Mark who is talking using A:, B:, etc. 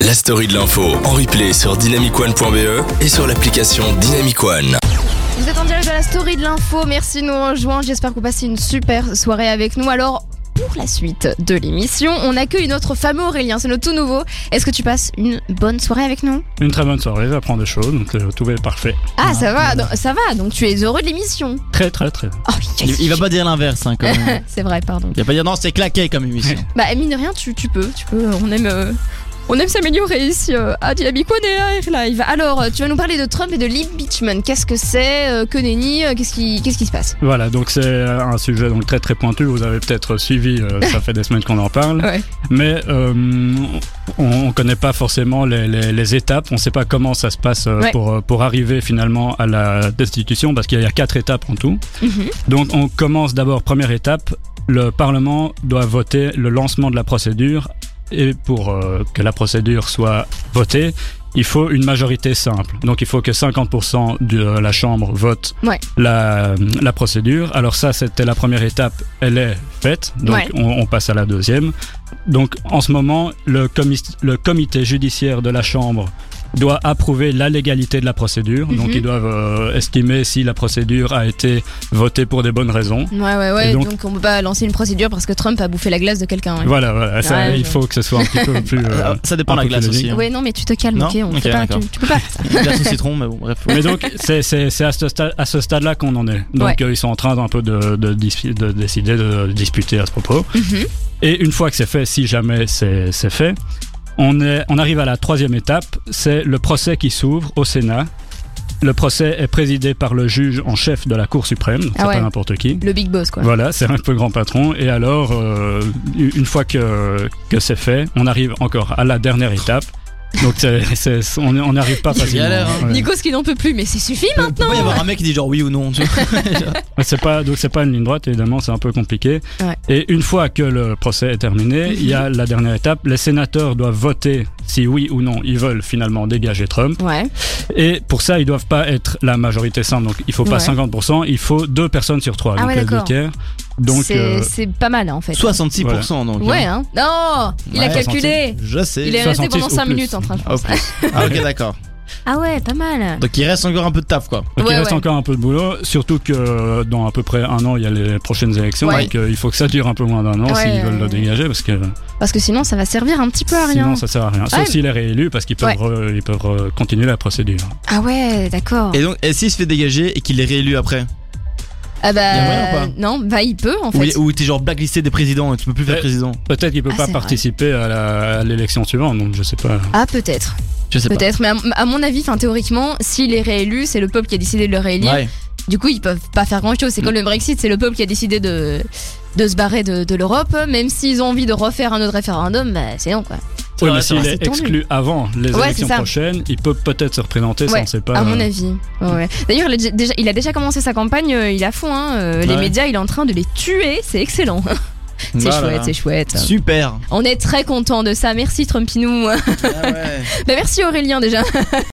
A: la story de l'info en replay sur dynamicone.be E et sur l'application Dynamicone.
B: Vous êtes en direct de la story de l'info, merci de nous rejoindre, j'espère que vous passez une super soirée avec nous. Alors, pour la suite de l'émission, on accueille notre fameux Aurélien, c'est notre tout nouveau. Est-ce que tu passes une bonne soirée avec nous
C: Une très bonne soirée, j'apprends des choses, donc euh, tout va être parfait.
B: Ah, ça va, donc- ça va, donc tu es heureux de l'émission.
C: Très très très.
B: Oh,
D: Il,
B: yes.
D: il va pas dire l'inverse hein, quand même.
B: C'est vrai, pardon.
D: Il va pas dire non, c'est claqué comme émission.
B: Bah, mine de rien, tu, tu peux, tu peux, on aime... euh, On aime s'améliorer ici euh, à Dynamic One et à Air Live. Alors, euh, tu vas nous parler de Trump et de l'impeachment. Qu'est-ce que c'est euh, Que nenni euh, Qu'est-ce qui, qu'est-ce qui se passe
C: Voilà, donc c'est un sujet donc très très pointu, vous avez peut-être suivi, euh, ça fait des semaines qu'on en parle.
B: Ouais.
C: Mais euh, on, on connaît pas forcément les, les- les étapes, on sait pas comment ça se passe euh,
B: Ouais.
C: pour, euh, pour arriver finalement à la destitution, parce qu'il y a quatre étapes en tout.
B: Mhm.
C: Donc on commence d'abord, première étape, le Parlement doit voter le lancement de la procédure, et pour euh, que la procédure soit votée, il faut une majorité simple. Donc il faut que 50% de la Chambre vote
B: Ouais.
C: la, la procédure. Alors ça, c'était la première étape, elle est faite, donc
B: Ouais.
C: on, on passe à la deuxième. Donc en ce moment, le, comi- le comité judiciaire de la Chambre doit approuver la légalité de la procédure. Donc
B: Mhm.
C: ils doivent euh, estimer si la procédure a été votée pour des bonnes raisons.
B: Ouais, ouais, ouais.
C: Et
B: Donc,
C: donc-
B: on peut pas lancer une procédure parce que Trump a bouffé la glace de quelqu'un. hein. Ouais.
C: Voilà, voilà. Ça,
B: Ouais,
C: il
B: je-
C: faut que ce soit un petit peu plus... euh,
D: Alors, ça dépend
C: un
D: de la
C: peu
D: glace
C: plus
D: aussi. hein.
B: Ouais, non, mais tu te calmes,
D: Non
B: ok, on
D: Ok,
B: fait pas, tu,
D: d'accord.
B: tu peux pas.
D: Glace au citron, mais bon, bref.
C: Mais donc, c'est- c'est c'est à ce stade- à ce stade-là qu'on en est. Donc,
B: Ouais.
C: euh, ils sont en train d'un peu de, de, dis- de décider de disputer à ce propos.
B: Mhm.
C: Et une fois que c'est fait, si jamais c'est c'est fait, on, est, on arrive à la troisième étape, c'est le procès qui s'ouvre au Sénat. Le procès est présidé par le juge en chef de la Cour suprême, donc
B: Ah
C: c'est
B: ouais.
C: pas n'importe qui.
B: Le big boss, quoi.
C: Voilà, c'est un peu grand patron. Et alors, euh, une fois que, que c'est fait, on arrive encore à la dernière étape. Donc, c'est c'est- on on n'arrive pas
D: Il y a
C: facilement.
D: l'air, hein.
C: Ouais.
B: Nico, ce qui n'en peut plus, mais c'est suffit
D: Il peut
B: maintenant
D: pas y avoir un mec qui dit genre oui ou non. tu vois.
C: Ouais, C'est pas donc c'est pas une ligne droite évidemment c'est un peu compliqué.
B: Ouais. Mhm.
C: Et une fois que le procès est terminé, il y a la dernière étape. Les sénateurs doivent voter si oui ou non ils veulent finalement dégager Trump.
B: Ouais,
C: Et pour ça ils doivent pas être la majorité simple. Donc il faut pas
B: Ouais.
C: 50%, il faut deux personnes sur trois.
B: Ah
C: donc
B: ouais,
C: les deux
B: d'accord.
C: tiers. Donc
B: c'est
C: euh,
B: c'est pas mal hein, en fait.
D: 66% donc.
B: Ouais, hein.
D: hein.
B: Non Il a
D: Ouais,
B: calculé
D: Je sais.
B: Il est resté
C: 66
B: pendant
C: ou
B: 5
C: plus.
B: minutes en train de.
D: Ah, au plus. Ah, ok, d'accord.
B: Ah ouais, pas mal
D: Donc il reste encore un peu de taf quoi.
C: donc,
B: Ouais,
C: il reste
B: ouais.
C: encore un peu de boulot, surtout que euh, dans à peu près un an il y a les prochaines élections,
B: Ouais.
C: donc euh, il faut que ça dure un peu moins d'un an
B: Ouais,
C: s'ils
B: ouais,
C: veulent le
B: ouais.
C: dégager parce que
B: Parce que sinon, ça va servir un petit peu à rien.
C: sinon ça sert à rien.
B: Ouais.
C: Sauf s'il est réélu parce qu'ils peuvent euh, ils peuvent euh, continuer la procédure.
B: Ah ouais, d'accord.
D: Et donc, et s'il se fait dégager et qu'il est réélu après
B: Ah
D: y a moyen
B: bah.
D: ou pas
B: Non, bah il peut en
D: Ou
B: fait.
D: il- Ou t'es genre blacklisté des présidents et tu peux plus faire
C: Ouais.
D: président
C: Peut-être qu'il peut
B: Ah,
C: pas
B: c'est vrai.
C: participer à la- à l'élection suivante, donc je sais pas.
B: Ah peut-être,
D: Je sais pas.
B: peut-être, mais à, à mon avis, enfin théoriquement, s'il est réélu, c'est le peuple qui a décidé de le réélire.
D: Ouais.
B: Du coup, ils peuvent pas faire grand chose. C'est
D: Mm.
B: comme le Brexit, c'est le peuple qui a décidé de, de se barrer de, de l'Europe. Même s'ils ont envie de refaire un autre référendum, bah, c'est non quoi.
C: Oui,
D: vrai,
C: mais
D: c'est
C: s'il
D: vrai.
C: est
B: C'est tendu.
C: exclu avant les
B: Ouais, c'est
C: élections
B: ça.
C: prochaines, il peut peut-être se représenter, ça
B: Ouais,
C: on sait pas.
B: à mon
C: euh,
B: avis. Ouais, ouais. D'ailleurs, il, a déjà- il a déjà commencé sa campagne, euh, il a fond. hein, euh, Les
D: Ouais.
B: médias, il est en train de les tuer. C'est excellent. C'est
D: Voilà.
B: chouette, c'est chouette.
D: Super.
B: On est très content de ça. Merci Trumpinou.
D: Ah ouais.
B: Bah, merci Aurélien déjà.